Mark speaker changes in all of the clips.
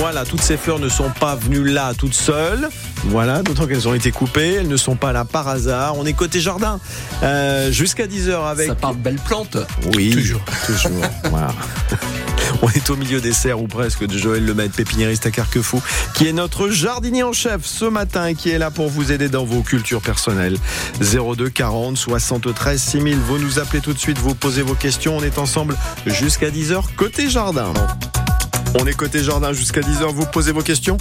Speaker 1: pas là, toutes ces fleurs ne sont pas venues là toutes seules. Voilà, d'autant qu'elles ont été coupées, elles ne sont pas là par hasard. On est côté jardin euh, jusqu'à 10h avec.
Speaker 2: Ça part de belles plantes.
Speaker 1: Oui,
Speaker 2: Toujours.
Speaker 1: toujours. Voilà. On est au milieu des serres ou presque de Joël Lemaître, pépiniériste à Carquefou, qui est notre jardinier en chef ce matin et qui est là pour vous aider dans vos cultures personnelles. 02 40 73 6000. Vous nous appelez tout de suite, vous posez vos questions. On est ensemble jusqu'à 10h côté jardin. On est côté jardin jusqu'à 10h, vous posez vos questions.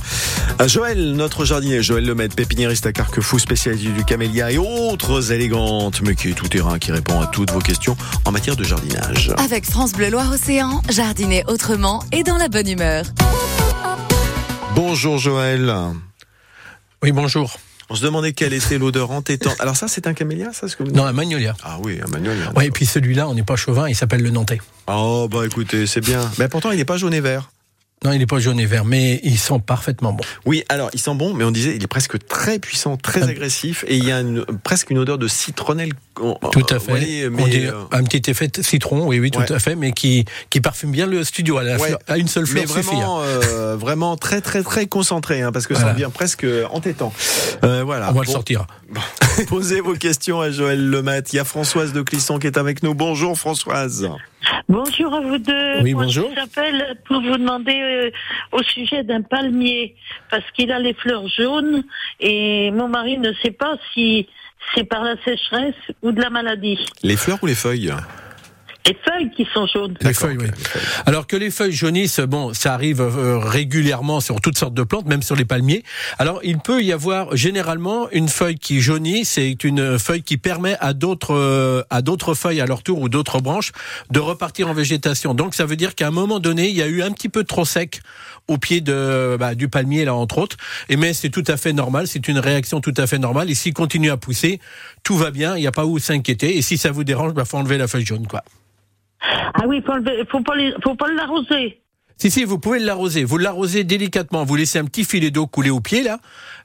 Speaker 1: à Joël, notre jardinier, Joël Lemaître, pépiniériste à Carquefou, spécialisé du camélia et autres élégantes, mais qui est tout terrain, qui répond à toutes vos questions en matière de jardinage.
Speaker 3: Avec France Bleu Loire Océan, jardiner autrement et dans la bonne humeur.
Speaker 1: Bonjour Joël.
Speaker 2: Oui, bonjour.
Speaker 1: On se demandait quelle était l'odeur entêtante. Alors ça, c'est un camélia, ça, ce que vous
Speaker 2: Non, un magnolia.
Speaker 1: Ah oui, un magnolia.
Speaker 2: Ouais, et puis celui-là, on n'est pas chauvin, il s'appelle le Nantais.
Speaker 1: Oh bah écoutez, c'est bien. Mais pourtant, il n'est pas jaune et vert.
Speaker 2: Non, il n'est pas jaune et vert, mais ils sont parfaitement bons.
Speaker 1: Oui, alors il sent bon, mais on disait il est presque très puissant, très
Speaker 2: Un-
Speaker 1: agressif, et il y a une- presque une odeur de citronnelle. Oh,
Speaker 2: Tout à fait.
Speaker 1: Oui, mais,
Speaker 2: on dit
Speaker 1: euh,
Speaker 2: un petit effet de citron, oui, oui, tout
Speaker 1: Ouais.
Speaker 2: à fait, mais qui, qui parfume bien le studio. À, la
Speaker 1: Ouais.
Speaker 2: fleur- à une seule
Speaker 1: mais
Speaker 2: fleur suffit. hein.
Speaker 1: vraiment, euh, vraiment très très très concentré, hein, parce que ça
Speaker 2: Voilà.
Speaker 1: devient presque entêtant. Euh, voilà.
Speaker 2: on va le
Speaker 1: Bon,
Speaker 2: sortir.
Speaker 1: Posez vos questions à Joël Lemaître. Il y a Françoise de Clisson qui est avec nous. Bonjour Françoise.
Speaker 4: Bonjour à vous deux.
Speaker 2: Oui,
Speaker 4: Moi,
Speaker 2: bonjour.
Speaker 4: Je vous appelle pour vous demander euh, au sujet d'un palmier, parce qu'il a les fleurs jaunes et mon mari ne sait pas si c'est par la sécheresse ou de la maladie.
Speaker 1: Les fleurs ou les feuilles
Speaker 4: Les feuilles qui sont jaunes.
Speaker 2: Les
Speaker 1: D'accord,
Speaker 2: feuilles,
Speaker 1: ok,
Speaker 2: oui.
Speaker 1: les feuilles.
Speaker 2: Alors que les feuilles jaunissent, bon, ça arrive euh, régulièrement sur toutes sortes de plantes, même sur les palmiers. Alors, il peut y avoir généralement une feuille qui jaunit, c'est une feuille qui permet à d'autres euh, à d'autres feuilles à leur tour ou d'autres branches de repartir en végétation. Donc, ça veut dire qu'à un moment donné, il y a eu un petit peu trop sec au pied de bah, du palmier là entre autres. Et mais c'est tout à fait normal, c'est une réaction tout à fait normale. Et s'il continue à pousser, tout va bien, il n'y a pas où s'inquiéter. Et si ça vous dérange, bah faut enlever la feuille jaune, quoi.
Speaker 4: Ah oui, faut, enlever- faut pas les- faut pas l'arroser.
Speaker 2: Si, si, vous pouvez l'arroser. Vous l'arrosez délicatement. Vous laissez un petit filet d'eau couler au pied, là,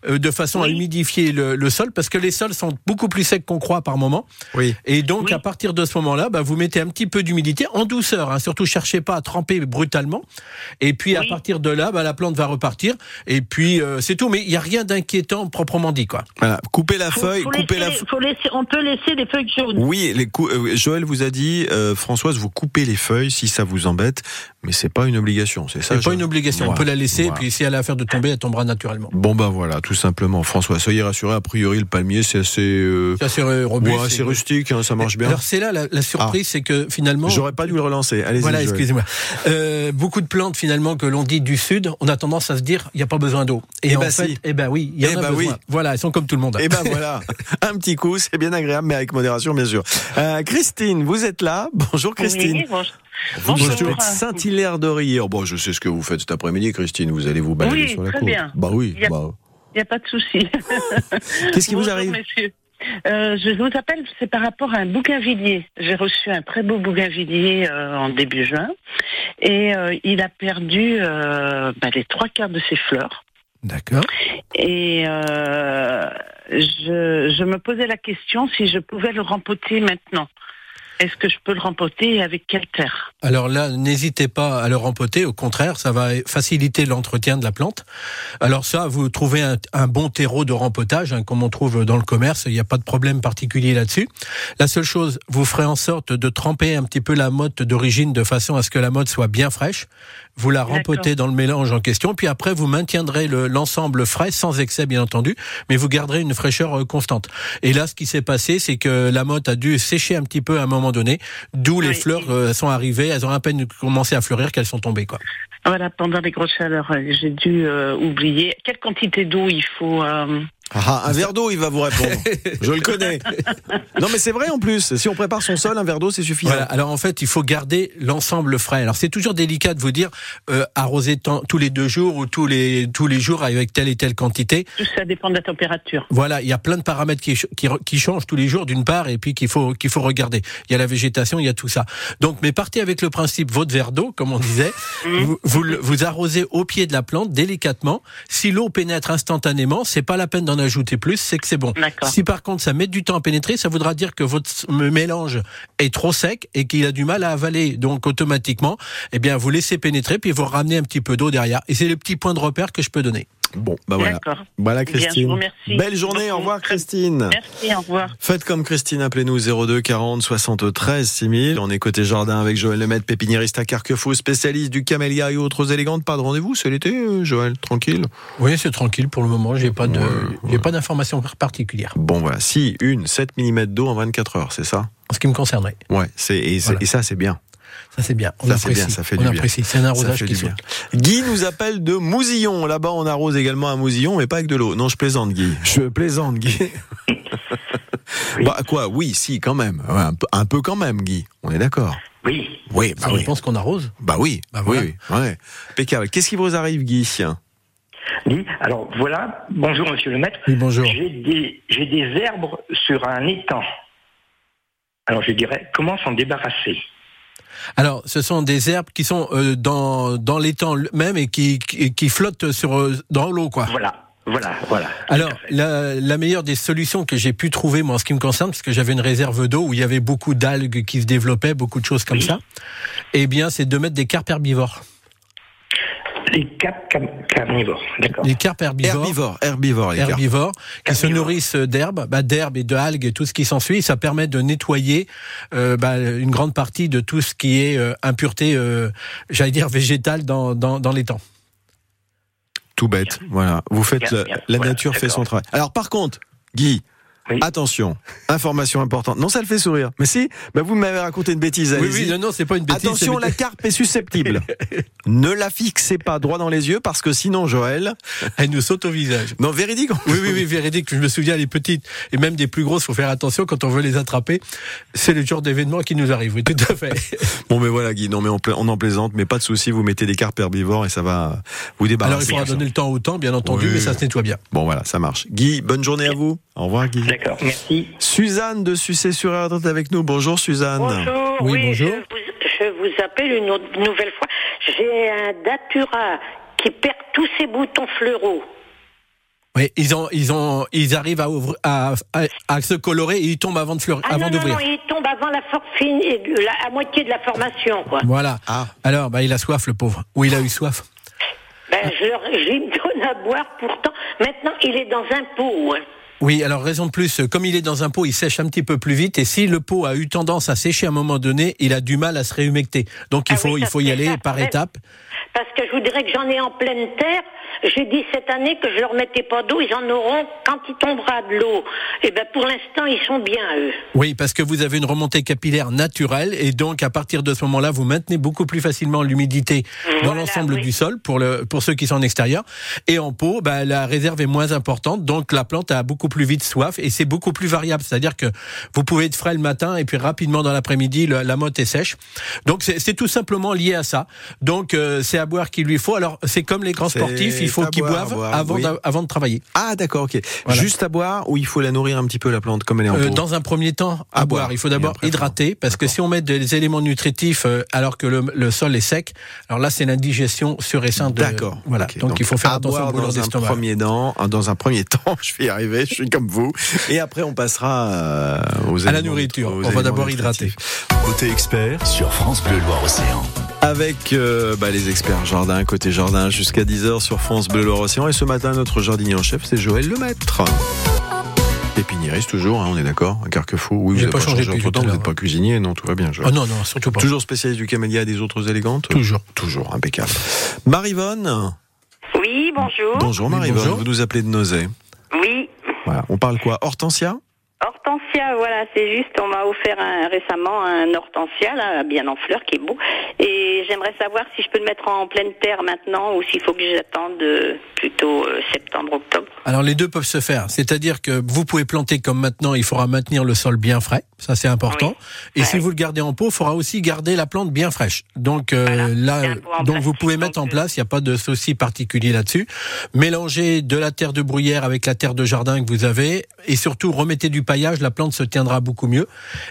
Speaker 2: euh, de façon à
Speaker 4: Oui.
Speaker 2: humidifier le, le sol, parce que les sols sont beaucoup plus secs qu'on croit par moment.
Speaker 1: Oui.
Speaker 2: Et donc,
Speaker 4: Oui.
Speaker 2: à partir de ce moment-là, bah, vous mettez un petit peu d'humidité en douceur. Hein, surtout, cherchez pas à tremper brutalement. Et puis, à
Speaker 4: Oui.
Speaker 2: partir de là, bah, la plante va repartir. Et puis, euh, c'est tout. Mais il n'y a rien d'inquiétant proprement dit, quoi.
Speaker 1: Voilà, coupez la
Speaker 4: Faut-
Speaker 1: feuille,
Speaker 4: faut
Speaker 1: coupez
Speaker 4: laisser
Speaker 1: la
Speaker 4: les-
Speaker 1: feuille.
Speaker 4: faut laisser- on peut laisser les feuilles jaunes.
Speaker 1: Oui, les cou- euh, Joël vous a dit, euh, Françoise, vous coupez les feuilles si ça vous embête, mais c'est pas une obligation, c'est ça
Speaker 2: C'est pas
Speaker 1: Joël
Speaker 2: une obligation. On
Speaker 1: Voilà,
Speaker 2: peut la laisser.
Speaker 1: voilà.
Speaker 2: Et puis, si elle a affaire de tomber, elle tombera naturellement.
Speaker 1: Bon ben voilà, tout simplement. François, soyez rassuré, a priori le palmier c'est assez, euh,
Speaker 2: Ça, c'est euh, robuste.
Speaker 1: ouais, assez
Speaker 2: c'est-
Speaker 1: rustique, hein, ça marche bien. Ah.
Speaker 2: Alors, c'est là la, la surprise, c'est que finalement.
Speaker 1: J'aurais pas dû le relancer, allez-y.
Speaker 2: Voilà,
Speaker 1: Joël.
Speaker 2: excusez-moi. Euh, beaucoup de plantes finalement que l'on dit du sud, on a tendance à se dire il n'y a pas besoin d'eau.
Speaker 1: Eh
Speaker 2: en
Speaker 1: ben
Speaker 2: fait,
Speaker 1: si.
Speaker 2: eh ben oui, il y en
Speaker 1: Eh
Speaker 2: a
Speaker 1: ben
Speaker 2: besoin.
Speaker 1: oui.
Speaker 2: Voilà, elles sont comme tout le monde.
Speaker 1: Eh ben voilà, un petit coup, c'est bien agréable, mais avec modération bien sûr. Euh, Christine, vous êtes là Bonjour Christine.
Speaker 4: Oui, bon-
Speaker 1: Vous
Speaker 4: bonjour.
Speaker 1: êtes Saint-Hilaire de Rire. Bon, je sais ce que vous faites cet après-midi, Christine. Vous allez vous balader
Speaker 4: Oui,
Speaker 1: sur la
Speaker 4: très
Speaker 1: côte.
Speaker 4: bien.
Speaker 1: Bah oui.
Speaker 4: Il y a-
Speaker 1: bah-
Speaker 4: Il n'y a pas de souci.
Speaker 1: Qu'est-ce qui vous
Speaker 4: Bonjour,
Speaker 1: arrive
Speaker 4: messieurs. Euh, je vous appelle, c'est par rapport à un bougainvillier. J'ai reçu un très beau bougainvillier euh, en début juin et euh, il a perdu euh, bah, les trois quarts de ses fleurs.
Speaker 2: D'accord.
Speaker 4: Et euh, je, je me posais la question si je pouvais le rempoter maintenant. Est-ce que je peux le rempoter et avec quelle terre
Speaker 2: Alors là, n'hésitez pas à le rempoter. Au contraire, ça va faciliter l'entretien de la plante. Alors ça, vous trouvez un, un bon terreau de rempotage, hein, comme on trouve dans le commerce. Il n'y a pas de problème particulier là-dessus. La seule chose, vous ferez en sorte de tremper un petit peu la motte d'origine de façon à ce que la motte soit bien fraîche. Vous la
Speaker 4: D'accord.
Speaker 2: rempotez dans le mélange en question, puis après vous maintiendrez le- l'ensemble frais, sans excès bien entendu, mais vous garderez une fraîcheur euh, constante. Et là, ce qui s'est passé, c'est que la motte a dû sécher un petit peu à un moment donné, d'où les
Speaker 4: Oui.
Speaker 2: fleurs euh, sont arrivées. Elles ont à peine commencé à fleurir qu'elles sont tombées. Quoi.
Speaker 4: Voilà, pendant les grosses chaleurs, euh, j'ai dû euh, oublier. Quelle quantité d'eau il faut euh,
Speaker 1: Ah, un verre d'eau, il va vous répondre. Je le connais. Non, mais c'est vrai en plus. Si on prépare son sol, un verre d'eau, c'est suffisant.
Speaker 2: Voilà. Alors en fait, il faut garder l'ensemble frais. Alors c'est toujours délicat de vous dire euh, arroser tant- tous les deux jours ou tous les tous les jours avec telle et telle quantité.
Speaker 4: Tout ça dépend de la température.
Speaker 2: Voilà, il y a plein de paramètres qui, ch- qui, re- qui changent tous les jours d'une part et puis qu'il faut qu'il faut regarder. Il y a la végétation, il y a tout ça. Donc, mais partez avec le principe votre verre d'eau, comme on disait. vous, vous, le- vous arrosez au pied de la plante délicatement. Si l'eau pénètre instantanément, c'est pas la peine d'en en ajoutez plus, c'est que c'est bon.
Speaker 4: D'accord.
Speaker 2: Si par contre ça met du temps à pénétrer, ça voudra dire que votre s- m- mélange est trop sec et qu'il a du mal à avaler. Donc automatiquement, eh bien vous laissez pénétrer puis vous ramenez un petit peu d'eau derrière. Et c'est le petit point de repère que je peux donner.
Speaker 1: Bon, bah voilà.
Speaker 4: D'accord. Eh
Speaker 1: Voilà
Speaker 4: Bien, je vous
Speaker 1: Christine.
Speaker 4: remercie.
Speaker 1: Belle journée, au revoir
Speaker 4: Merci.
Speaker 1: Christine.
Speaker 4: Merci, au revoir.
Speaker 1: Faites comme Christine, appelez-nous 02 40 73 6000. On est côté jardin avec Joël Lemaitre, pépiniériste à Carquefou, spécialiste du camélia et autres élégantes. Pas de rendez-vous, c'est l'été, euh, Joël, tranquille.
Speaker 2: Oui, c'est tranquille pour le moment. J'ai pas de,
Speaker 1: Ouais,
Speaker 2: j'ai pas d'informations particulières
Speaker 1: Bon voilà, si une 7 mm d'eau en 24 heures, c'est ça
Speaker 2: en ce qui me concernerait.
Speaker 1: Ouais, c'est et, c'est-
Speaker 2: Voilà.
Speaker 1: et ça c'est bien.
Speaker 2: Ça c'est bien. On
Speaker 1: Ça, c'est
Speaker 2: apprécie.
Speaker 1: bien, ça fait
Speaker 2: on
Speaker 1: du bien.
Speaker 2: apprécie. C'est un
Speaker 1: Ça
Speaker 2: arrosage
Speaker 1: fait
Speaker 2: qui
Speaker 1: du
Speaker 2: saute.
Speaker 1: bien. Guy nous appelle de Mousillon. Là-bas, on arrose également un Mousillon, mais pas avec de l'eau. Non, je plaisante, Guy. Je plaisante, Guy. Bah quoi Oui, si, quand même. Ouais, un, peu, un peu quand même, Guy. On est d'accord.
Speaker 5: Oui,
Speaker 1: Oui, bah
Speaker 2: Ça
Speaker 1: oui.
Speaker 2: pense qu'on arrose.
Speaker 1: Bah oui,
Speaker 2: Bah voilà.
Speaker 1: oui, oui, ouais. Impeccable. Qu'est-ce qui vous arrive, Guy
Speaker 5: oui. Alors voilà, bonjour monsieur le maître.
Speaker 2: Oui, bonjour.
Speaker 5: J'ai des, j'ai des herbes sur un étang. Alors je dirais, comment s'en débarrasser
Speaker 2: Alors, ce sont des herbes qui sont euh, dans dans l'étang même et qui qui, qui flottent sur euh, dans l'eau quoi.
Speaker 5: Voilà, voilà, voilà.
Speaker 2: Alors,
Speaker 5: Tout à fait.
Speaker 2: la, la meilleure des solutions que j'ai pu trouver, moi, en ce qui me concerne, parce que j'avais une réserve d'eau où il y avait beaucoup d'algues qui se développaient, beaucoup de choses comme
Speaker 5: Oui.
Speaker 2: ça, eh bien, c'est de mettre des carpes herbivores.
Speaker 5: Les cap cam- carnivores, d'accord.
Speaker 2: Des carpes herbivores.
Speaker 1: Herbivore, herbivore, les gars.
Speaker 2: herbivores qui se
Speaker 5: Herbivores.
Speaker 2: nourrissent d'herbes, bah, d'herbes et de algues et tout ce qui s'ensuit. Ça permet de nettoyer euh, bah, une grande partie de tout ce qui est euh, impureté, euh, j'allais dire végétale dans, dans, dans les temps.
Speaker 1: Tout bête. Voilà. Vous faites
Speaker 5: Bien,
Speaker 1: le-
Speaker 5: bien.
Speaker 1: la
Speaker 5: Voilà,
Speaker 1: nature fait son
Speaker 5: d'accord.
Speaker 1: travail. Alors par contre, Guy.
Speaker 5: Oui.
Speaker 1: Attention, information importante. Non, ça le fait sourire. Mais si, bah vous m'avez raconté une bêtise.
Speaker 2: Oui,
Speaker 1: allez-y.
Speaker 2: oui, non, non, c'est pas une bêtise.
Speaker 1: Attention,
Speaker 2: c'est-
Speaker 1: la carpe est susceptible. ne la fixez pas droit dans les yeux parce que sinon, Joël.
Speaker 2: elle nous saute au visage.
Speaker 1: Non, véridique.
Speaker 2: Oui, oui, oui, véridique. Je me souviens, les petites et même des plus grosses, faut faire attention quand on veut les attraper. C'est le genre d'événement qui nous arrive. Oui, tout à fait.
Speaker 1: Bon, mais voilà, Guy. Non, mais on, pla- on en plaisante. Mais pas de souci. Vous mettez des carpes herbivores et ça va vous débarrasser.
Speaker 2: Alors, il faudra
Speaker 1: de Bah, ça.
Speaker 2: donner le temps au temps, bien entendu,
Speaker 1: Oui.
Speaker 2: mais ça se nettoie bien.
Speaker 1: Bon, voilà, ça marche. Guy, bonne journée à vous. Au revoir, Guy.
Speaker 5: D'accord, merci.
Speaker 1: Suzanne de Sucé-sur-Erdre est avec nous. Bonjour, Suzanne.
Speaker 6: Bonjour,
Speaker 2: Oui,
Speaker 6: oui,
Speaker 2: bonjour.
Speaker 6: Je, vous, je vous appelle une autre- une nouvelle fois. J'ai un datura qui perd tous ses boutons fleuraux.
Speaker 2: Oui, ils ont, ils ont, ils arrivent à, ouvrir- à, à- à se colorer et ils tombent avant de fleurir,
Speaker 6: Ah
Speaker 2: avant
Speaker 6: non, non,
Speaker 2: d'ouvrir.
Speaker 6: non, il tombe avant la, for- fin- la- à moitié de la formation, quoi.
Speaker 2: Voilà.
Speaker 1: Ah.
Speaker 2: Alors, bah, il a soif, le pauvre. Ou il a
Speaker 6: Ah.
Speaker 2: eu soif.
Speaker 6: Ben, je, leur- je lui donne à boire pourtant. Maintenant, il est dans un pot. hein.
Speaker 2: Oui, alors raison de plus, euh, comme il est dans un pot, il sèche un petit peu plus vite et si le pot a eu tendance à sécher à un moment donné, il a du mal à se réhumecter. Donc il
Speaker 6: Ah
Speaker 2: faut
Speaker 6: oui,
Speaker 2: il
Speaker 6: ça,
Speaker 2: faut y
Speaker 6: c'est
Speaker 2: aller
Speaker 6: ça,
Speaker 2: par
Speaker 6: ouais.
Speaker 2: étapes.
Speaker 6: Parce que je vous dirais que j'en ai en pleine terre. J'ai dit cette année que je leur mettais pas d'eau. Ils en auront quand il tombera de l'eau. Et ben, pour l'instant, ils sont bien, eux.
Speaker 2: Oui, parce que vous avez une remontée capillaire naturelle et donc à partir de ce moment-là, vous maintenez beaucoup plus facilement l'humidité dans
Speaker 6: Voilà,
Speaker 2: l'ensemble
Speaker 6: oui.
Speaker 2: du sol pour le pour ceux qui sont en extérieur et en pot, bah, la réserve est moins importante donc la plante a beaucoup plus vite soif et c'est beaucoup plus variable, c'est-à-dire que vous pouvez être frais le matin et puis rapidement dans l'après-midi le- la motte est sèche. Donc c'est c'est tout simplement lié à ça. Donc euh, c'est à boire qu'il lui faut. Alors c'est comme les grands
Speaker 1: C'est
Speaker 2: sportifs, il faut
Speaker 1: à
Speaker 2: qu'ils
Speaker 1: boire, à
Speaker 2: boivent
Speaker 1: boire,
Speaker 2: avant
Speaker 1: oui.
Speaker 2: d'a- avant de travailler.
Speaker 1: Ah, d'accord, ok.
Speaker 2: Voilà.
Speaker 1: Juste à boire ou il faut la nourrir un petit peu, la plante, comme elle est en
Speaker 2: Euh,
Speaker 1: pot
Speaker 2: dans un premier temps, à,
Speaker 1: À
Speaker 2: boire.
Speaker 1: boire.
Speaker 2: Il faut
Speaker 1: Et
Speaker 2: d'abord
Speaker 1: après,
Speaker 2: hydrater parce que si on met des éléments nutritifs euh, alors que le, le sol est sec, alors là c'est l'indigestion sur et sain de.
Speaker 1: D'accord.
Speaker 2: Voilà.
Speaker 1: ok.
Speaker 2: Donc, il faut faire
Speaker 1: à
Speaker 2: attention
Speaker 1: boire
Speaker 2: au boulot
Speaker 1: dans un
Speaker 2: d'estomac.
Speaker 1: premier temps. euh, Dans un premier temps, je vais y arriver. Je suis comme vous. Et après, on passera euh, aux
Speaker 2: À la
Speaker 1: aliments-
Speaker 2: nourriture.
Speaker 1: aux
Speaker 2: On va
Speaker 1: aliments
Speaker 2: d'abord
Speaker 1: nutritifs.
Speaker 7: Côté expert sur France Bleu Loire-Océan.
Speaker 1: Avec euh, bah, les experts jardin, côté jardin, jusqu'à 10h sur France Bleu Loire Océan. Et ce matin, notre jardinier en chef, c'est Joël Lemaître. Pépiniériste toujours, hein, on est d'accord, un carquefou. Oui,
Speaker 2: J'ai
Speaker 1: vous n'avez
Speaker 2: pas
Speaker 1: pas
Speaker 2: changé
Speaker 1: changé
Speaker 2: depuis
Speaker 1: entre temps,
Speaker 2: tout à
Speaker 1: vous
Speaker 2: l'heure.
Speaker 1: n'êtes pas cuisinier, non, tout va bien, Joël.
Speaker 2: Oh non non, surtout pas.
Speaker 1: Toujours spécialiste du camélia et des autres élégantes
Speaker 2: Toujours.
Speaker 1: Toujours, impeccable. Marivonne
Speaker 6: Oui, bonjour.
Speaker 1: Bonjour
Speaker 2: Oui,
Speaker 1: Marivonne,
Speaker 2: bonjour.
Speaker 1: vous nous appelez de Nozay.
Speaker 6: Oui,
Speaker 1: Voilà, on parle quoi Hortensia
Speaker 6: Hortensia, voilà, c'est juste, on m'a offert un- récemment un hortensia, là, bien en fleurs, qui est beau. Et j'aimerais savoir si je peux le mettre en pleine terre maintenant ou s'il faut que j'attende euh, plutôt euh, septembre, octobre.
Speaker 2: Alors les deux peuvent se faire. C'est-à-dire que vous pouvez planter comme maintenant, il faudra maintenir le sol bien frais, ça c'est important. Et si
Speaker 6: Ouais.
Speaker 2: vous le gardez en pot, il faudra aussi garder la plante bien fraîche. Donc euh,
Speaker 6: Voilà.
Speaker 2: là,
Speaker 6: C'est un pot en
Speaker 2: donc vous
Speaker 6: plastique,
Speaker 2: pouvez mettre
Speaker 6: donc,
Speaker 2: en
Speaker 6: euh,
Speaker 2: place, il n'y a pas de souci particulier là-dessus. Mélangez de la terre de bruyère avec la terre de jardin que vous avez, et surtout remettez du paillage, la plante se tiendra beaucoup mieux.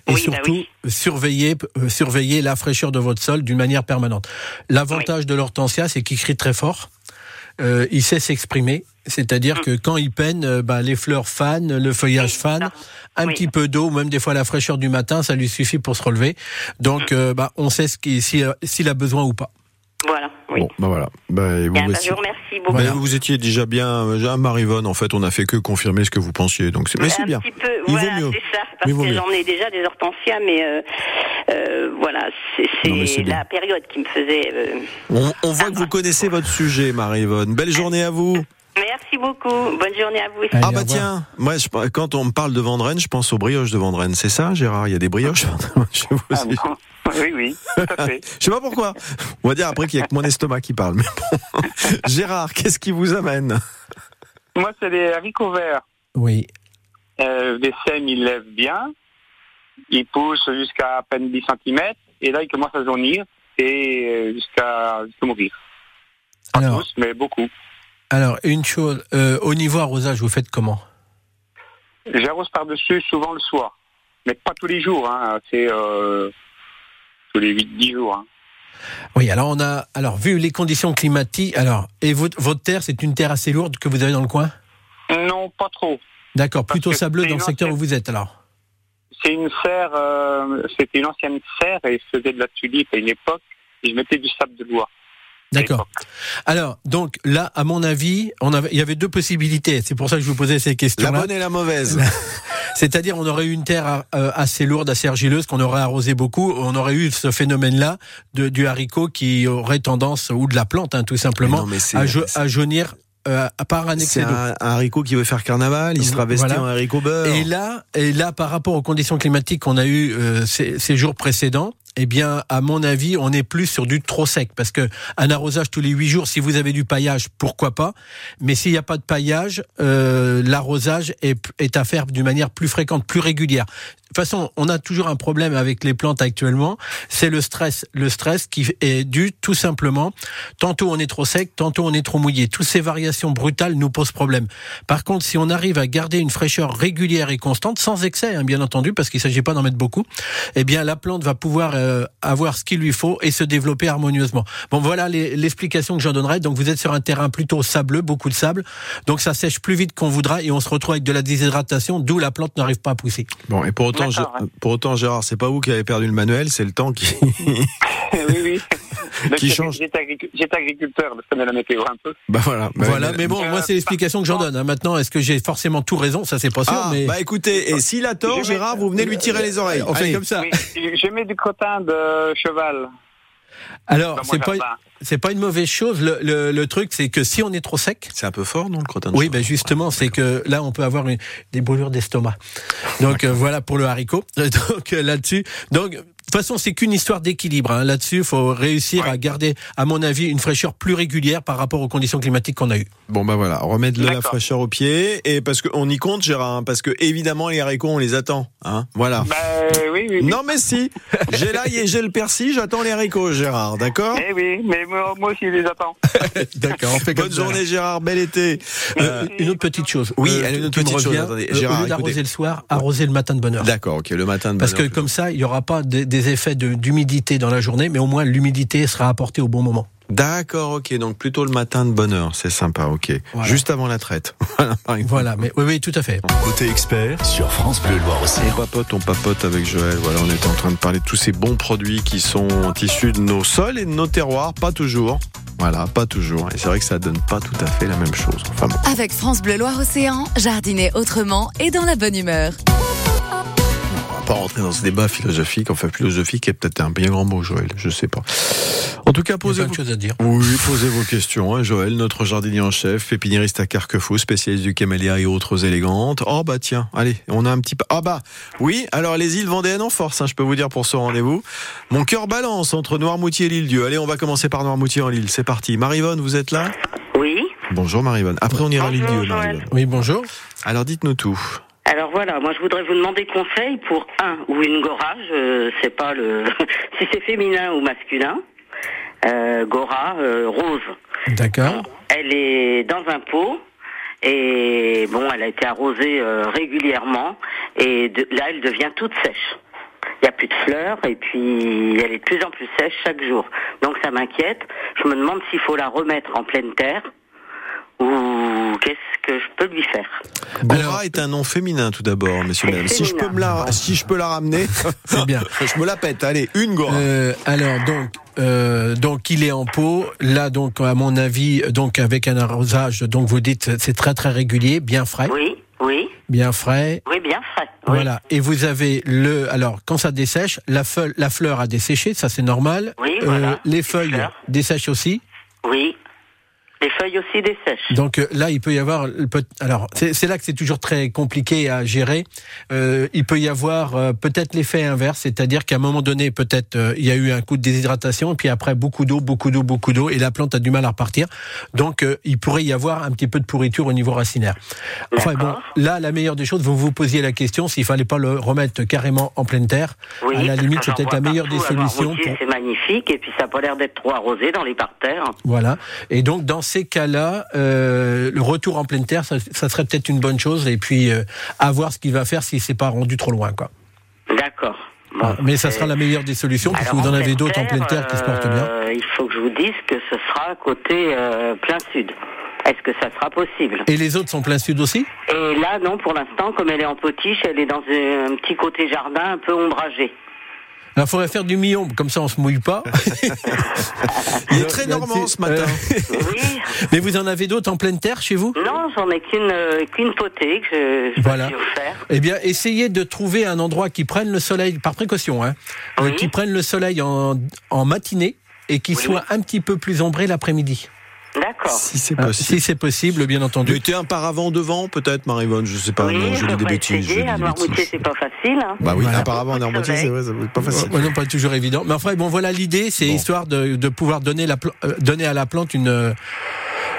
Speaker 2: Et
Speaker 6: Oui, bah
Speaker 2: surtout
Speaker 6: oui.
Speaker 2: surveillez, euh, surveillez la fraîcheur de votre sol d'une manière permanente. L'avantage de l'hortensia, c'est qu'il crie très fort. euh, il sait s'exprimer. C'est-à-dire que quand il peine, euh, bah, les fleurs fanent, le feuillage
Speaker 6: Mm. Oui,
Speaker 2: fane,
Speaker 6: ça.
Speaker 2: un
Speaker 6: Oui.
Speaker 2: petit peu d'eau, même des fois la fraîcheur du matin, ça lui suffit pour se relever. Donc,
Speaker 6: Mm.
Speaker 2: euh, bah, on sait ce qui- si, euh, s'il a besoin ou pas.
Speaker 6: Voilà, oui.
Speaker 1: Bon, bah voilà. Bah, et vous,
Speaker 6: Bien, bah,
Speaker 1: voici-
Speaker 6: je vous remercie
Speaker 1: Bah,
Speaker 6: beaucoup.
Speaker 1: vous étiez déjà bien, euh, à Marivonne, en fait, on a fait que confirmer ce que vous pensiez. Donc c'est- mais c'est
Speaker 6: un
Speaker 1: bien.
Speaker 6: petit peu,
Speaker 1: Il vaut
Speaker 6: voilà,
Speaker 1: mieux.
Speaker 6: c'est ça,
Speaker 1: Il
Speaker 6: parce
Speaker 1: vaut
Speaker 6: que
Speaker 1: mieux.
Speaker 6: j'en ai déjà des hortensias, mais euh, euh, voilà, c'est
Speaker 1: Non, mais
Speaker 6: c'est
Speaker 1: c'est bien.
Speaker 6: la période qui me faisait. euh,
Speaker 1: On, on voit que vous connaissez votre sujet, Marivonne. Belle journée à vous.
Speaker 6: Merci beaucoup, bonne journée à vous. aussi.
Speaker 2: Allez,
Speaker 1: ah
Speaker 2: au
Speaker 1: bah
Speaker 2: revoir.
Speaker 1: tiens, moi je- quand on me parle de Vendrenne, je pense aux brioches de Vendrenne. C'est ça, Gérard Il y a des brioches chez vous
Speaker 5: Ah
Speaker 1: aussi.
Speaker 5: bon Oui, oui, tout à fait.
Speaker 1: Je sais pas pourquoi. On va dire après qu'il y a que mon estomac qui parle. Mais bon. Gérard, qu'est-ce qui vous amène
Speaker 5: Moi, c'est des haricots verts.
Speaker 2: Oui.
Speaker 5: Euh, les sèmes, ils lèvent bien. Ils poussent jusqu'à à peine 10 cm. Et là, ils commencent à jaunir et euh, jusqu'à jusqu'à mourir. Pas
Speaker 2: Alors,
Speaker 5: tous, mais beaucoup.
Speaker 2: alors une chose, euh, au niveau arrosage, vous faites comment
Speaker 5: J'arrose par-dessus souvent le soir. Mais pas tous les jours. Hein. C'est euh, tous les 8-10 jours. hein.
Speaker 2: Oui, alors on a, alors vu les conditions climatiques, alors et votre, votre terre, c'est une terre assez lourde que vous avez dans le coin.
Speaker 5: Non, pas trop.
Speaker 2: D'accord, plutôt
Speaker 5: que
Speaker 2: sableux
Speaker 5: c'est
Speaker 2: dans le
Speaker 5: une
Speaker 2: secteur où
Speaker 5: ancienne-
Speaker 2: vous êtes alors.
Speaker 5: C'est une serre, euh, c'était une ancienne serre et je faisais de la tulipe à une époque et je mettais du sable de bois. à
Speaker 2: D'accord.
Speaker 5: l'époque.
Speaker 2: Alors, donc là, à mon avis, on avait, il y avait deux possibilités. C'est pour ça que je vous posais ces
Speaker 1: La
Speaker 2: questions-là.
Speaker 1: bonne et la mauvaise.
Speaker 2: C'est-à-dire, on aurait eu une terre euh, assez lourde, assez argileuse, qu'on aurait arrosé beaucoup. On aurait eu ce phénomène-là de, du haricot qui aurait tendance, ou de la plante, hein, tout
Speaker 1: Mais
Speaker 2: simplement,
Speaker 1: non, mais c'est-
Speaker 2: à, ja- à jaunir euh, par un
Speaker 1: C'est
Speaker 2: excès d'eau.
Speaker 1: un, un haricot qui veut faire carnaval, il se travestit
Speaker 2: Voilà.
Speaker 1: en haricot beurre.
Speaker 2: Et là, et là, par rapport aux conditions climatiques qu'on a eues euh, ces, ces jours précédents, eh bien, à mon avis, on est plus sur du trop sec parce que un arrosage tous les huit jours, si vous avez du paillage, pourquoi pas. Mais s'il n'y a pas de paillage, euh, l'arrosage est, est à faire d'une manière plus fréquente, plus régulière. De toute façon, on a toujours un problème avec les plantes actuellement, c'est le stress. Le stress qui est dû tout simplement, tantôt on est trop sec, tantôt on est trop mouillé. Toutes ces variations brutales nous posent problème. Par contre, si on arrive à garder une fraîcheur régulière et constante, sans excès, hein, bien entendu, parce qu'il ne s'agit pas d'en mettre beaucoup, eh bien la plante va pouvoir euh, avoir ce qu'il lui faut et se développer harmonieusement. Bon, voilà les- l'explication que j'en donnerai. Donc vous êtes sur un terrain plutôt sableux, beaucoup de sable, donc ça sèche plus vite qu'on voudra et on se retrouve avec de la déshydratation, d'où la plante n'arrive pas à pousser.
Speaker 1: Bon, et pour autant,
Speaker 5: D'accord,
Speaker 1: Gé-
Speaker 5: ouais.
Speaker 1: pour autant Gérard, c'est pas vous qui avez perdu le manuel, c'est le temps qui.
Speaker 5: oui, oui. Donc,
Speaker 1: Qui
Speaker 5: j'étais-
Speaker 1: change.
Speaker 5: J'étais agricu- j'étais agriculteur, je connais la météo un peu.
Speaker 1: bah voilà. Bah,
Speaker 2: voilà,
Speaker 1: mais-
Speaker 2: mais bon,
Speaker 5: euh,
Speaker 2: moi c'est l'explication que j'en donne. hein. Maintenant, est-ce que j'ai forcément tout raison Ça, c'est pas sûr,
Speaker 1: Ah,
Speaker 2: mais
Speaker 1: bah écoutez, et s'il a tort,
Speaker 5: Je vais-
Speaker 1: Gérard, vous venez lui tirer les oreilles.
Speaker 2: on fait
Speaker 1: Allez.
Speaker 2: comme ça.
Speaker 5: Oui, je mets du crottin de cheval dans
Speaker 2: Alors,
Speaker 5: mon
Speaker 2: Oh, c'est pas
Speaker 5: jardin.
Speaker 2: c'est pas une mauvaise chose. Le, le- le truc, c'est que si on est trop sec,
Speaker 1: C'est un peu fort, non, le crottin de
Speaker 2: oui,
Speaker 1: cheval
Speaker 2: ben justement, c'est que là, on peut avoir une- des brûlures d'estomac. Donc euh, voilà pour le haricot. Donc euh, là-dessus, donc de toute façon, c'est qu'une histoire d'équilibre. hein. Là-dessus, faut réussir à garder, à mon avis, une fraîcheur plus régulière par rapport aux conditions climatiques qu'on a eues.
Speaker 1: Bon bah voilà, remettre de la
Speaker 5: D'accord.
Speaker 1: fraîcheur au pied et parce qu'on y compte Gérard, hein, parce que évidemment les haricots on les attend, hein. Voilà.
Speaker 5: Ben, oui,
Speaker 2: Mm.
Speaker 5: oui. oui.
Speaker 1: Non mais si, j'ai l'ail et j'ai le persil, j'attends les haricots Gérard, d'accord
Speaker 5: Eh oui, mais moi, moi aussi, je les attends.
Speaker 2: D'accord. On fait
Speaker 1: Bonne journée Gérard, bel été. Euh,
Speaker 2: une autre petite chose.
Speaker 1: Oui, allez, une autre
Speaker 2: tu me
Speaker 1: petite chose,
Speaker 2: reviens,
Speaker 1: attendez,
Speaker 2: euh,
Speaker 1: Gérard,
Speaker 2: au lieu
Speaker 1: écoutez.
Speaker 2: d'arroser le soir, arroser le matin de bonne heure.
Speaker 1: D'accord, ok, le matin de
Speaker 2: Parce que
Speaker 1: bonne heure.
Speaker 2: comme ça, il n'y aura pas des, des effets de- d'humidité dans la journée, mais au moins l'humidité sera apportée au bon moment.
Speaker 1: D'accord, ok, donc plutôt le matin de bonne heure, c'est sympa, ok.
Speaker 2: Voilà.
Speaker 1: Juste avant la traite. Voilà, par exemple.
Speaker 2: Voilà, mais oui, oui, tout à fait.
Speaker 7: Côté expert sur France Bleu
Speaker 1: On
Speaker 7: Loire-Océan.
Speaker 1: papote, on papote avec Joël. Voilà, on était en train de parler de tous ces bons produits qui sont issus de nos sols et de nos terroirs. Pas toujours. Voilà, pas toujours. Et c'est vrai que ça donne pas tout à fait la même chose. Enfin bon.
Speaker 3: Avec France Bleu Loire-Océan, jardiner autrement et dans la bonne humeur.
Speaker 1: On va pas rentrer dans ce débat philosophique, enfin philosophique est peut-être un bien grand mot, Joël, je sais pas. En tout cas,
Speaker 2: Il y a
Speaker 1: posez
Speaker 2: plein
Speaker 1: vos...
Speaker 2: de choses à dire.
Speaker 1: Oui, posez vos questions, hein, Joël, notre jardinier en chef, pépiniériste à Carquefou, spécialiste du camélia et autres élégantes. Oh bah tiens, allez, on a un petit... pa- Ah bah, oui, alors les îles vendéennes en force, hein, je peux vous dire pour ce rendez-vous. Mon cœur balance entre Noirmoutier et l'île-dieu. Allez, on va commencer par Noirmoutier en Lille, c'est parti. Marivonne, vous êtes là
Speaker 6: Oui.
Speaker 1: Bonjour Marivonne. Après on ira à
Speaker 6: Bonjour,
Speaker 1: l'île-dieu,
Speaker 6: Joël.
Speaker 1: Marivonne.
Speaker 2: Oui, bonjour.
Speaker 1: Alors dites-nous tout.
Speaker 6: Alors voilà, moi je voudrais vous demander conseil pour un ou une gora, je sais pas le si c'est féminin ou masculin. Euh, gora euh, rose.
Speaker 2: D'accord.
Speaker 6: Elle est dans un pot et bon, elle a été arrosée euh, régulièrement et de- là elle devient toute sèche. Il n'y a plus de fleurs et puis elle est de plus en plus sèche chaque jour. Donc ça m'inquiète. Je me demande s'il faut la remettre en pleine terre Ouh, qu'est-ce que je peux lui faire
Speaker 1: Bora est un nom féminin tout d'abord, messieurs dames. Si je peux me la, si je peux la ramener,
Speaker 2: C'est bien.
Speaker 1: je me la pète. Allez, une Gora.
Speaker 2: Euh, alors donc euh, donc il est en pot là donc à mon avis donc avec un arrosage donc vous dites c'est très très régulier bien frais
Speaker 6: Oui, oui,
Speaker 2: bien frais
Speaker 6: oui, bien frais. oui.
Speaker 2: voilà et vous avez le alors quand ça dessèche la feuille la fleur a desséché ça c'est normal Euh,
Speaker 6: Oui, voilà.
Speaker 2: les feuilles
Speaker 6: Fleur.
Speaker 2: dessèchent aussi
Speaker 6: Oui. Les feuilles aussi des sèches.
Speaker 2: donc euh, là il peut y avoir le peut- alors c'est c'est là que c'est toujours très compliqué à gérer Euh, il peut y avoir euh, peut-être l'effet inverse c'est-à-dire qu'à un moment donné peut-être euh, il y a eu un coup de déshydratation et puis après beaucoup d'eau beaucoup d'eau beaucoup d'eau et la plante a du mal à repartir donc euh, il pourrait y avoir un petit peu de pourriture au niveau racinaire enfin bon
Speaker 6: D'accord.
Speaker 2: là la meilleure des choses vous vous posiez la question s'il fallait pas le remettre carrément en pleine terre
Speaker 6: Oui,
Speaker 2: à la
Speaker 6: parce
Speaker 2: limite
Speaker 6: que
Speaker 2: c'est
Speaker 6: j'en
Speaker 2: peut-être
Speaker 6: vois
Speaker 2: la meilleure des
Speaker 6: partout, alors,
Speaker 2: solutions
Speaker 6: Routier,
Speaker 2: pour-
Speaker 6: C'est magnifique et puis ça a pas l'air d'être trop arrosé dans les parterres.
Speaker 2: Voilà. Et donc dans ces cas-là, euh, le retour en pleine terre, ça, ça serait peut-être une bonne chose. Et puis euh, à voir ce qu'il va faire si c'est pas rendu trop loin, quoi.
Speaker 6: D'accord. Bon,
Speaker 2: Ah, Mais ça
Speaker 6: c'est-
Speaker 2: sera la meilleure des solutions parce que
Speaker 6: Alors,
Speaker 2: vous en
Speaker 6: en
Speaker 2: avez
Speaker 6: pleine
Speaker 2: d'autres en pleine terre qui se portent bien.
Speaker 6: euh, il faut que je vous dise que ce sera côté euh, plein sud. Est-ce que ça sera possible
Speaker 2: Et les autres sont plein sud aussi.
Speaker 6: Et là, non, pour l'instant, comme elle est en potiche, elle est dans un un petit côté jardin un peu ombragé.
Speaker 2: Là, il faudrait faire du mi-ombre, comme ça on se mouille pas.
Speaker 1: Il est très normand ce matin.
Speaker 2: euh,
Speaker 6: Oui,
Speaker 2: Mais vous en avez d'autres en pleine terre chez vous
Speaker 6: non, j'en ai qu'une euh, qu'une potée que je, je me
Speaker 2: Voilà.
Speaker 6: suis offert.
Speaker 2: Eh bien, essayez de trouver un endroit qui prenne le soleil, par précaution, hein, euh,
Speaker 6: Oui.
Speaker 2: qui prenne le soleil en, en matinée et qui
Speaker 6: Oui.
Speaker 2: soit un petit peu plus ombré l'après-midi.
Speaker 6: D'accord.
Speaker 1: Ah, Si c'est
Speaker 2: Hein,
Speaker 1: possible.
Speaker 2: si c'est possible, bien entendu.
Speaker 1: Mettez un paravent devant, peut-être, Marivonne. Je sais pas.
Speaker 6: oui,
Speaker 1: non, je
Speaker 6: je
Speaker 1: dis des
Speaker 6: peux
Speaker 1: bêtises. je
Speaker 6: essayer.
Speaker 1: dis
Speaker 6: À
Speaker 1: des
Speaker 6: Noirmoutier,
Speaker 1: bêtises.
Speaker 6: c'est pas facile. hein.
Speaker 1: Bah oui,
Speaker 2: Voilà.
Speaker 1: apparemment, en Normandie, c'est vrai, ça va être pas facile.
Speaker 2: Ouais, non, pas toujours évident. Mais enfin, bon, voilà l'idée, c'est
Speaker 1: Bon.
Speaker 2: histoire de, de pouvoir donner, la pla- euh, donner à la plante une, euh,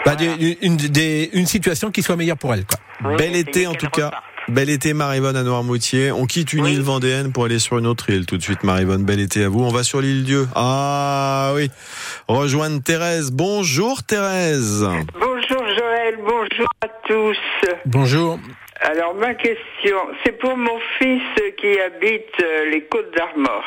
Speaker 2: bah, des- une, des- une situation qui soit meilleure pour elle. Quoi.
Speaker 6: Oui,
Speaker 1: Bel
Speaker 6: essayez
Speaker 1: été, en tout
Speaker 6: qu'elle
Speaker 1: cas.
Speaker 6: reparte.
Speaker 1: Bel été, Marivonne, à Noirmoutier. On quitte une
Speaker 6: Oui.
Speaker 1: île vendéenne pour aller sur une autre île tout de suite, Marivonne. Bel été à vous. On va sur l'île Dieu. Ah oui. Rejoindre Thérèse. Bonjour, Thérèse.
Speaker 8: Bonjour Joël, bonjour à tous.
Speaker 2: Bonjour.
Speaker 8: Alors ma question, c'est pour mon fils qui habite euh, les Côtes d'Armor.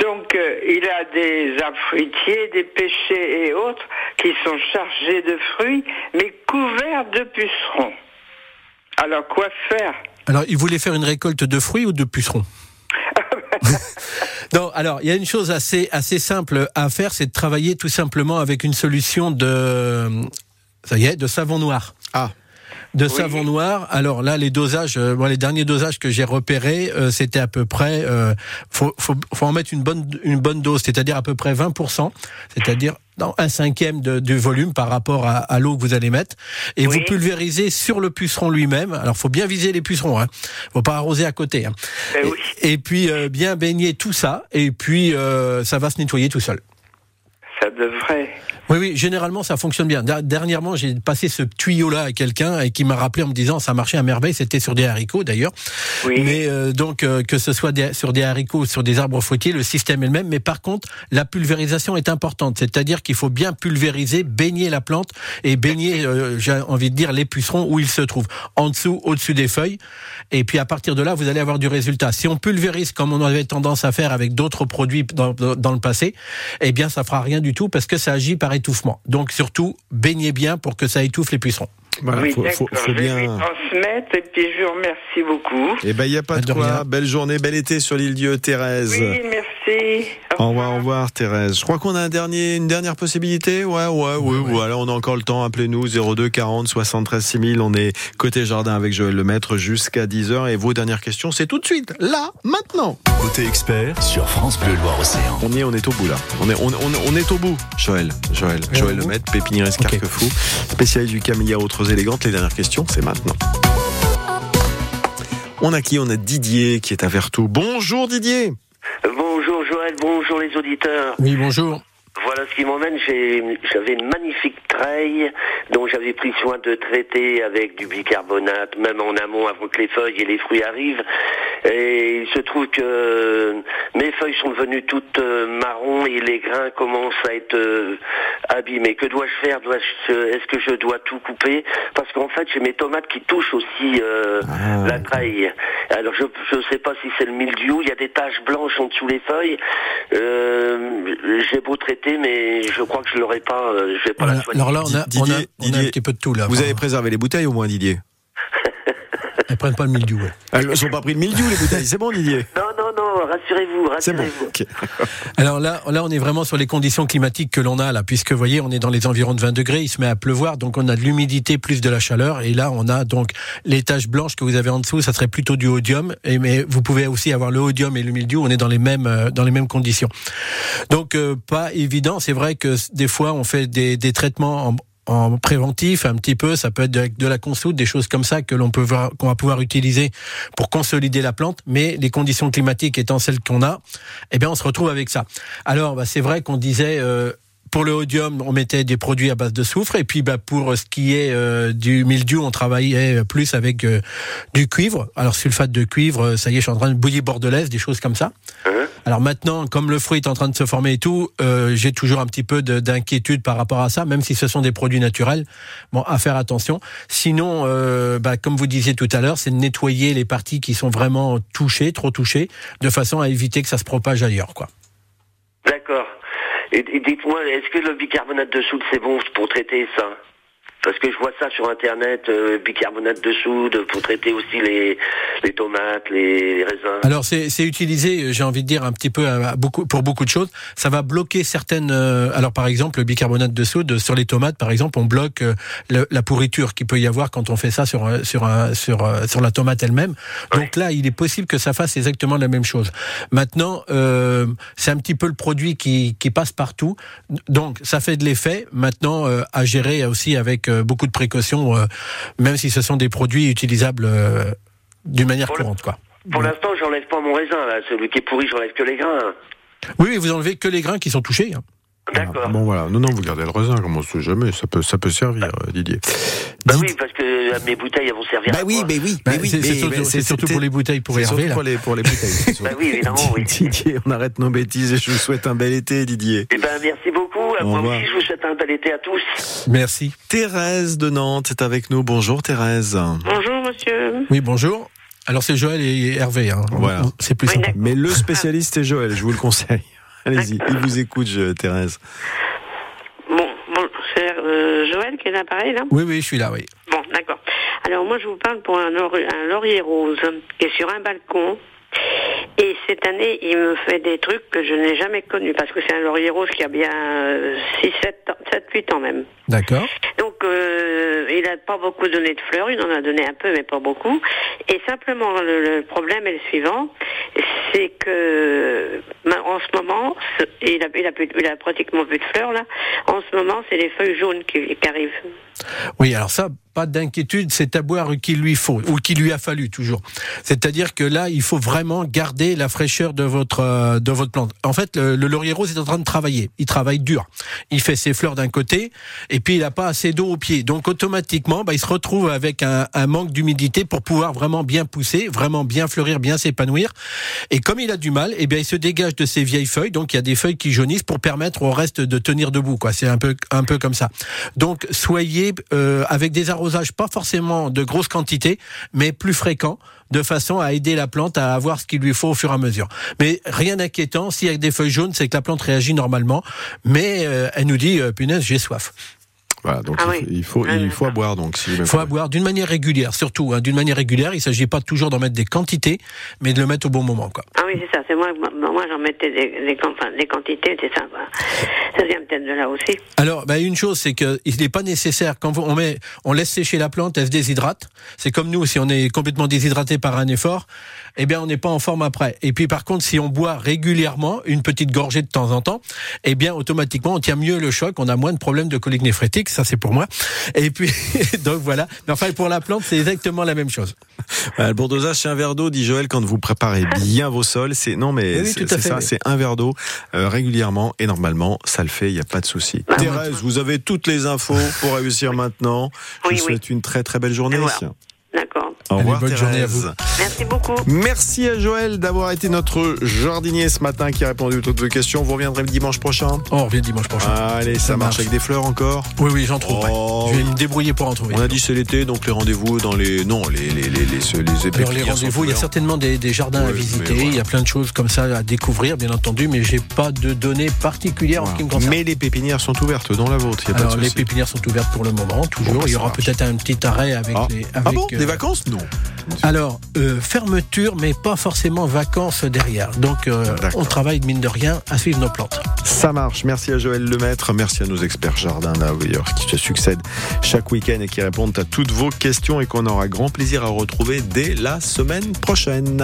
Speaker 8: Donc euh, il a des arbres fruitiers, des pêchers et autres qui sont chargés de fruits, mais couverts de pucerons. Alors quoi faire
Speaker 2: Alors, il voulait faire une récolte de fruits ou de pucerons Non, alors il y a une chose assez assez simple à faire, c'est de travailler tout simplement avec une solution de ça y est, de savon noir.
Speaker 1: Ah.
Speaker 2: De savon noir. Alors là, les dosages, euh, moi, les derniers dosages que j'ai repérés, euh, c'était à peu près, euh, faut, faut, faut en mettre une bonne une bonne dose, c'est-à-dire à peu près 20%, c'est-à-dire dans un cinquième de- du volume par rapport à, à l'eau que vous allez mettre, et vous pulvérisez sur le puceron lui-même. Alors, faut bien viser les pucerons, hein. Faut pas arroser à côté. hein.
Speaker 8: Eh
Speaker 2: Et,
Speaker 8: oui.
Speaker 2: et puis euh, bien baigner tout ça, et puis euh, ça va se nettoyer tout seul.
Speaker 8: Ça devrait.
Speaker 2: Oui, oui, généralement ça fonctionne bien. Der- Dernièrement, j'ai passé ce tuyau-là à quelqu'un et qui m'a rappelé en me disant ça marchait à merveille. C'était sur des haricots d'ailleurs.
Speaker 8: Oui.
Speaker 2: Mais euh, donc euh, que ce soit des- sur des haricots ou sur des arbres fruitiers, le système est le même. Mais par contre, la pulvérisation est importante. C'est-à-dire qu'il faut bien pulvériser, baigner la plante et baigner, euh, j'ai envie de dire, les pucerons où ils se trouvent, en dessous, au-dessus des feuilles. Et puis à partir de là, vous allez avoir du résultat. Si on pulvérise comme on avait tendance à faire avec d'autres produits dans, dans- dans le passé, eh bien ça fera rien du tout parce que ça agit par étouffement. Donc surtout, baignez bien pour que ça étouffe les pucerons.
Speaker 1: Voilà,
Speaker 8: oui,
Speaker 1: faut, faut-
Speaker 8: d'accord.
Speaker 1: faut
Speaker 8: Je vais lui
Speaker 1: bien.
Speaker 8: transmettre et puis je vous remercie
Speaker 2: Euh.
Speaker 8: beaucoup.
Speaker 1: Eh ben, il n'y a pas de
Speaker 2: De
Speaker 1: quoi.
Speaker 2: rien.
Speaker 1: Belle journée, bel été sur l'île Dieu, Thérèse.
Speaker 8: Oui, merci.
Speaker 1: Au revoir, au revoir, Thérèse. Je crois qu'on a un dernier, une dernière possibilité. Ouais, ouais, oui, ou alors on a encore le temps. Appelez-nous 02 40 73 6000. On est côté jardin avec Joël Lemaître jusqu'à 10h. Et vos dernières questions, c'est tout de suite, là, maintenant.
Speaker 7: Côté expert sur France Bleu Loire-Océan.
Speaker 1: On est, on est au bout là. On est, on, on- on est au bout. Joël, Joël,
Speaker 2: Et
Speaker 1: Joël
Speaker 2: au bout
Speaker 1: Lemaître, pépiniériste Carquefou, spécialiste du camélia aux autres élégantes. Les dernières questions, c'est maintenant. On a qui On a Didier qui est à Vertou. Bonjour Didier.
Speaker 9: Bonjour Joël, bonjour les auditeurs.
Speaker 2: Oui, bonjour.
Speaker 9: Voilà ce qui m'emmène. J'ai- J'avais une magnifique treille dont j'avais pris soin de traiter avec du bicarbonate, même en amont avant que les feuilles et les fruits arrivent. Et il se trouve que mes feuilles sont devenues toutes euh, marron et les grains commencent à être euh, abîmé. Que dois-je faire Dois-je, euh, Est-ce que je dois tout couper Parce qu'en fait, j'ai mes tomates qui touchent aussi euh,
Speaker 1: Ah,
Speaker 9: la treille. Alors, je ne sais pas si c'est le mildiou. Il y a des taches blanches en dessous les feuilles. Euh, j'ai beau traiter, mais je crois que je l'aurai pas. euh, je vais pas la soigner.
Speaker 2: Alors là, on a, on a-
Speaker 1: Didier,
Speaker 2: on a un
Speaker 1: Didier,
Speaker 2: petit peu de tout là.
Speaker 1: Vous
Speaker 2: Enfin,
Speaker 1: avez préservé les bouteilles au moins, Didier
Speaker 2: Elles prennent pas le mildiou. ouais.
Speaker 1: Elles ne sont pas pris de mildiou, les bouteilles. C'est bon, Didier
Speaker 9: Non, non, non. Rassurez-vous,
Speaker 1: C'est bon.
Speaker 9: rassurez-vous.
Speaker 1: ok. Ah,
Speaker 2: Alors là, là, on est vraiment sur les conditions climatiques que l'on a là, puisque vous voyez, on est dans les environs de 20 degrés, il se met à pleuvoir, donc on a de l'humidité plus de la chaleur, et là, on a donc les taches blanches que vous avez en dessous, ça serait plutôt du odium, et mais vous pouvez aussi avoir le odium et le mildiou, on est dans les mêmes euh, dans les mêmes conditions. Donc euh, pas évident, c'est vrai que s- des fois, on fait des, des traitements en en préventif un petit peu, ça peut être avec de la consoude, des choses comme ça que l'on peut voir, qu'on va pouvoir utiliser pour consolider la plante, mais les conditions climatiques étant celles qu'on a, eh bien on se retrouve avec ça. Alors bah, c'est vrai qu'on disait euh, pour le odium, on mettait des produits à base de soufre, et puis bah, pour ce qui est euh, du mildiou, on travaillait plus avec euh, du cuivre. Alors sulfate de cuivre, euh, ça y est, je suis en train de bouillir bordelaise, des choses comme ça. Alors maintenant, comme le fruit est en train de se former et tout, euh, j'ai toujours un petit peu de- d'inquiétude par rapport à ça, même si ce sont des produits naturels. Bon, à faire attention. Sinon, euh, bah, comme vous disiez tout à l'heure, c'est de nettoyer les parties qui sont vraiment touchées, trop touchées, de façon à éviter que ça se propage ailleurs. Quoi.
Speaker 9: D'accord. Et, et dites-moi, est-ce que le bicarbonate de soude, c'est bon pour traiter ça Parce que je vois ça sur Internet, euh, bicarbonate de soude pour traiter aussi les, les tomates, les, les raisins.
Speaker 1: Ah,
Speaker 2: Alors c'est c'est utilisé, j'ai envie de dire un petit peu euh, à- à beaucoup pour beaucoup de choses. Ça va bloquer certaines. euh, alors par exemple le bicarbonate de soude sur les tomates, par exemple, on bloque euh, le- la pourriture qui peut y avoir quand on fait ça sur un- sur un- sur euh, sur la tomate elle-même. Donc là, il est possible que ça fasse exactement la même chose. Maintenant, euh, c'est un petit peu le produit qui qui passe partout. Donc ça fait de l'effet. Maintenant euh, à gérer aussi avec euh, beaucoup de précautions, euh, même si ce sont des produits utilisables euh, d'une manière
Speaker 9: Pour le-
Speaker 2: courante, quoi.
Speaker 9: Pour l'instant, j'enlève pas mon raisin, là. Celui qui est pourri, j'enlève que les grains.
Speaker 2: Oui, mais vous enlevez que les grains qui sont touchés. hein.
Speaker 9: D'accord.
Speaker 1: Ah, Bon, voilà. Non, non, vous gardez le raisin, comme on sait jamais. Ça peut, ça peut servir, euh, Didier.
Speaker 9: Bah
Speaker 1: Dites-
Speaker 9: oui, parce que euh, mes bouteilles, elles vont servir à quoi
Speaker 1: oui,
Speaker 2: Bah, c'est c'est surtout, c'est surtout pour les bouteilles pour
Speaker 1: C'est surtout
Speaker 2: Hervé. là.
Speaker 1: pour les, pour les bouteilles. c'est surtout-
Speaker 9: Bah oui, évidemment, oui.
Speaker 1: Didier, on arrête nos bêtises et je vous souhaite un bel été, Didier.
Speaker 9: Eh ben, merci beaucoup. À
Speaker 1: Au
Speaker 9: moi
Speaker 1: revoir.
Speaker 9: aussi, je vous souhaite un bel été à tous.
Speaker 2: Merci.
Speaker 1: Thérèse de Nantes est avec nous. Bonjour, Thérèse.
Speaker 6: Bonjour, monsieur.
Speaker 2: Oui, bonjour. Alors c'est Joël et Hervé. Hein.
Speaker 1: Voilà.
Speaker 2: C'est plus
Speaker 6: Oui,
Speaker 2: simple.
Speaker 6: d'accord.
Speaker 1: Mais le spécialiste est Joël, je vous le conseille. Allez-y, il vous écoute, je- Thérèse.
Speaker 6: Bon, bon c'est euh, Joël qui est là, pareil, là
Speaker 2: Oui, oui, je suis là, oui.
Speaker 6: Bon, d'accord. Alors moi, je vous parle pour un, or- un laurier rose qui est sur un balcon. Et cette année, il me fait des trucs que je n'ai jamais connus parce que c'est un laurier rose qui a bien 6, 7, 7, 8 ans même.
Speaker 2: D'accord.
Speaker 6: Donc, euh, il n'a pas beaucoup donné de fleurs, il en a donné un peu, mais pas beaucoup. Et simplement, le, le problème est le suivant, c'est que ma- en ce moment, ce- il a, il, a plus- il a pratiquement plus de fleurs là. En ce moment, c'est les feuilles jaunes qui, qui arrivent.
Speaker 2: Oui, alors ça, pas d'inquiétude, c'est à boire qu'il lui faut, ou qu'il lui a fallu toujours. C'est-à-dire que là, il faut vraiment garder la fraîcheur de votre euh, de votre plante. En fait, le, le laurier rose est en train de travailler. Il travaille dur. Il fait ses fleurs d'un côté, et puis il n'a pas assez d'eau au pied. Donc automatiquement, bah, il se retrouve avec un, un manque d'humidité pour pouvoir vraiment bien pousser, vraiment bien fleurir, bien s'épanouir. Et comme il a du mal, eh bien, il se dégage de ses vieilles feuilles. Donc il y a des feuilles qui jaunissent pour permettre au reste de tenir debout. Quoi, c'est un peu un peu comme ça. Donc soyez euh, avec des arrosages pas forcément de grosses quantités, mais plus fréquents, de façon à aider la plante à avoir ce qu'il lui faut au fur et à mesure. Mais rien d'inquiétant, s'il y a des feuilles jaunes, c'est que la plante réagit normalement, mais euh, elle nous dit euh, punaise j'ai soif.
Speaker 1: Voilà, donc
Speaker 6: Ah
Speaker 1: il, faut, il faut,
Speaker 6: oui. Ah,
Speaker 1: il
Speaker 6: d'accord.
Speaker 1: faut boire, donc. Si
Speaker 2: Il faut avoir d'une manière régulière, surtout hein, d'une manière régulière. Il s'agit pas toujours d'en mettre des quantités, mais de le mettre au bon moment. Quoi.
Speaker 6: Ah oui, c'est ça. C'est moi, moi, moi, j'en mettais des, des, quan- enfin, des quantités, c'est ça. quoi. Ça vient peut-être de là aussi.
Speaker 2: Alors, bah, une chose, c'est que il n'est pas nécessaire quand vous- on met, on laisse sécher la plante, elle se déshydrate. C'est comme nous, si on est complètement déshydraté par un effort, eh bien, on n'est pas en forme après. Et puis, par contre, si on boit régulièrement une petite gorgée de temps en temps, eh bien, automatiquement, on tient mieux le choc, on a moins de problèmes de colique néphrétique. Ça, c'est pour moi. Et puis, donc voilà. Mais enfin, pour la plante, c'est exactement la même chose.
Speaker 1: Voilà, le bourdosage, c'est un verre d'eau, dit Joël, quand vous préparez bien vos sols. C'est non, mais
Speaker 2: Oui, oui,
Speaker 1: c'est
Speaker 2: tout à
Speaker 1: c'est
Speaker 2: fait,
Speaker 1: ça,
Speaker 2: oui.
Speaker 1: c'est un verre d'eau euh, régulièrement et normalement, ça le fait, il n'y a pas de souci.
Speaker 2: Ah,
Speaker 6: Bah,
Speaker 1: Thérèse, vous avez toutes les infos pour réussir maintenant. Je
Speaker 6: Oui,
Speaker 1: vous
Speaker 6: oui.
Speaker 1: souhaite une très très belle journée.
Speaker 6: Au revoir. D'accord.
Speaker 1: Au
Speaker 2: Allez,
Speaker 1: revoir,
Speaker 2: bonne journée à
Speaker 1: Thérèse.
Speaker 6: Merci beaucoup.
Speaker 1: Merci à Joël d'avoir été notre jardinier ce matin qui a répondu à toutes vos questions. Vous reviendrez le dimanche prochain.
Speaker 2: Oh, on revient dimanche prochain.
Speaker 1: Allez, ça,
Speaker 2: Ça
Speaker 1: marche.
Speaker 2: marche.
Speaker 1: avec des fleurs encore.
Speaker 2: Oui, oui, j'en trouverai.
Speaker 1: Oh.
Speaker 2: Je vais me débrouiller pour en trouver.
Speaker 1: On a dit c'est l'été, donc les rendez-vous dans les. Non, les, les, les, les, ceux- les
Speaker 2: Alors les
Speaker 1: épépinières sont
Speaker 2: rendez-vous, il y a
Speaker 1: ouverts.
Speaker 2: certainement des, des jardins
Speaker 1: Ouais,
Speaker 2: à
Speaker 1: mais
Speaker 2: visiter,
Speaker 1: voilà.
Speaker 2: il y a plein de choses comme ça à découvrir, bien entendu, mais j'ai pas de données particulières en ce qui me concerne.
Speaker 1: Mais les pépinières sont ouvertes dans la vôtre, il n'y a
Speaker 2: Alors
Speaker 1: pas de
Speaker 2: les
Speaker 1: souci.
Speaker 2: pépinières sont ouvertes pour le moment, toujours.
Speaker 1: Bon, bah,
Speaker 2: il y
Speaker 1: ça
Speaker 2: aura
Speaker 1: marche.
Speaker 2: peut-être un petit arrêt avec
Speaker 1: Ah.
Speaker 2: les.
Speaker 1: Ah
Speaker 2: avec,
Speaker 1: bon Des
Speaker 2: euh,
Speaker 1: vacances Non.
Speaker 2: Alors, euh, fermeture, mais pas forcément vacances derrière. Donc, euh,
Speaker 1: D'accord.
Speaker 2: on travaille, mine de rien, à suivre nos plantes.
Speaker 1: Ça marche. Merci à Joël Lemaître. Merci à nos experts jardins d'ailleurs qui se succèdent chaque week-end et qui répondent à toutes vos questions et qu'on aura grand plaisir à retrouver dès la semaine prochaine.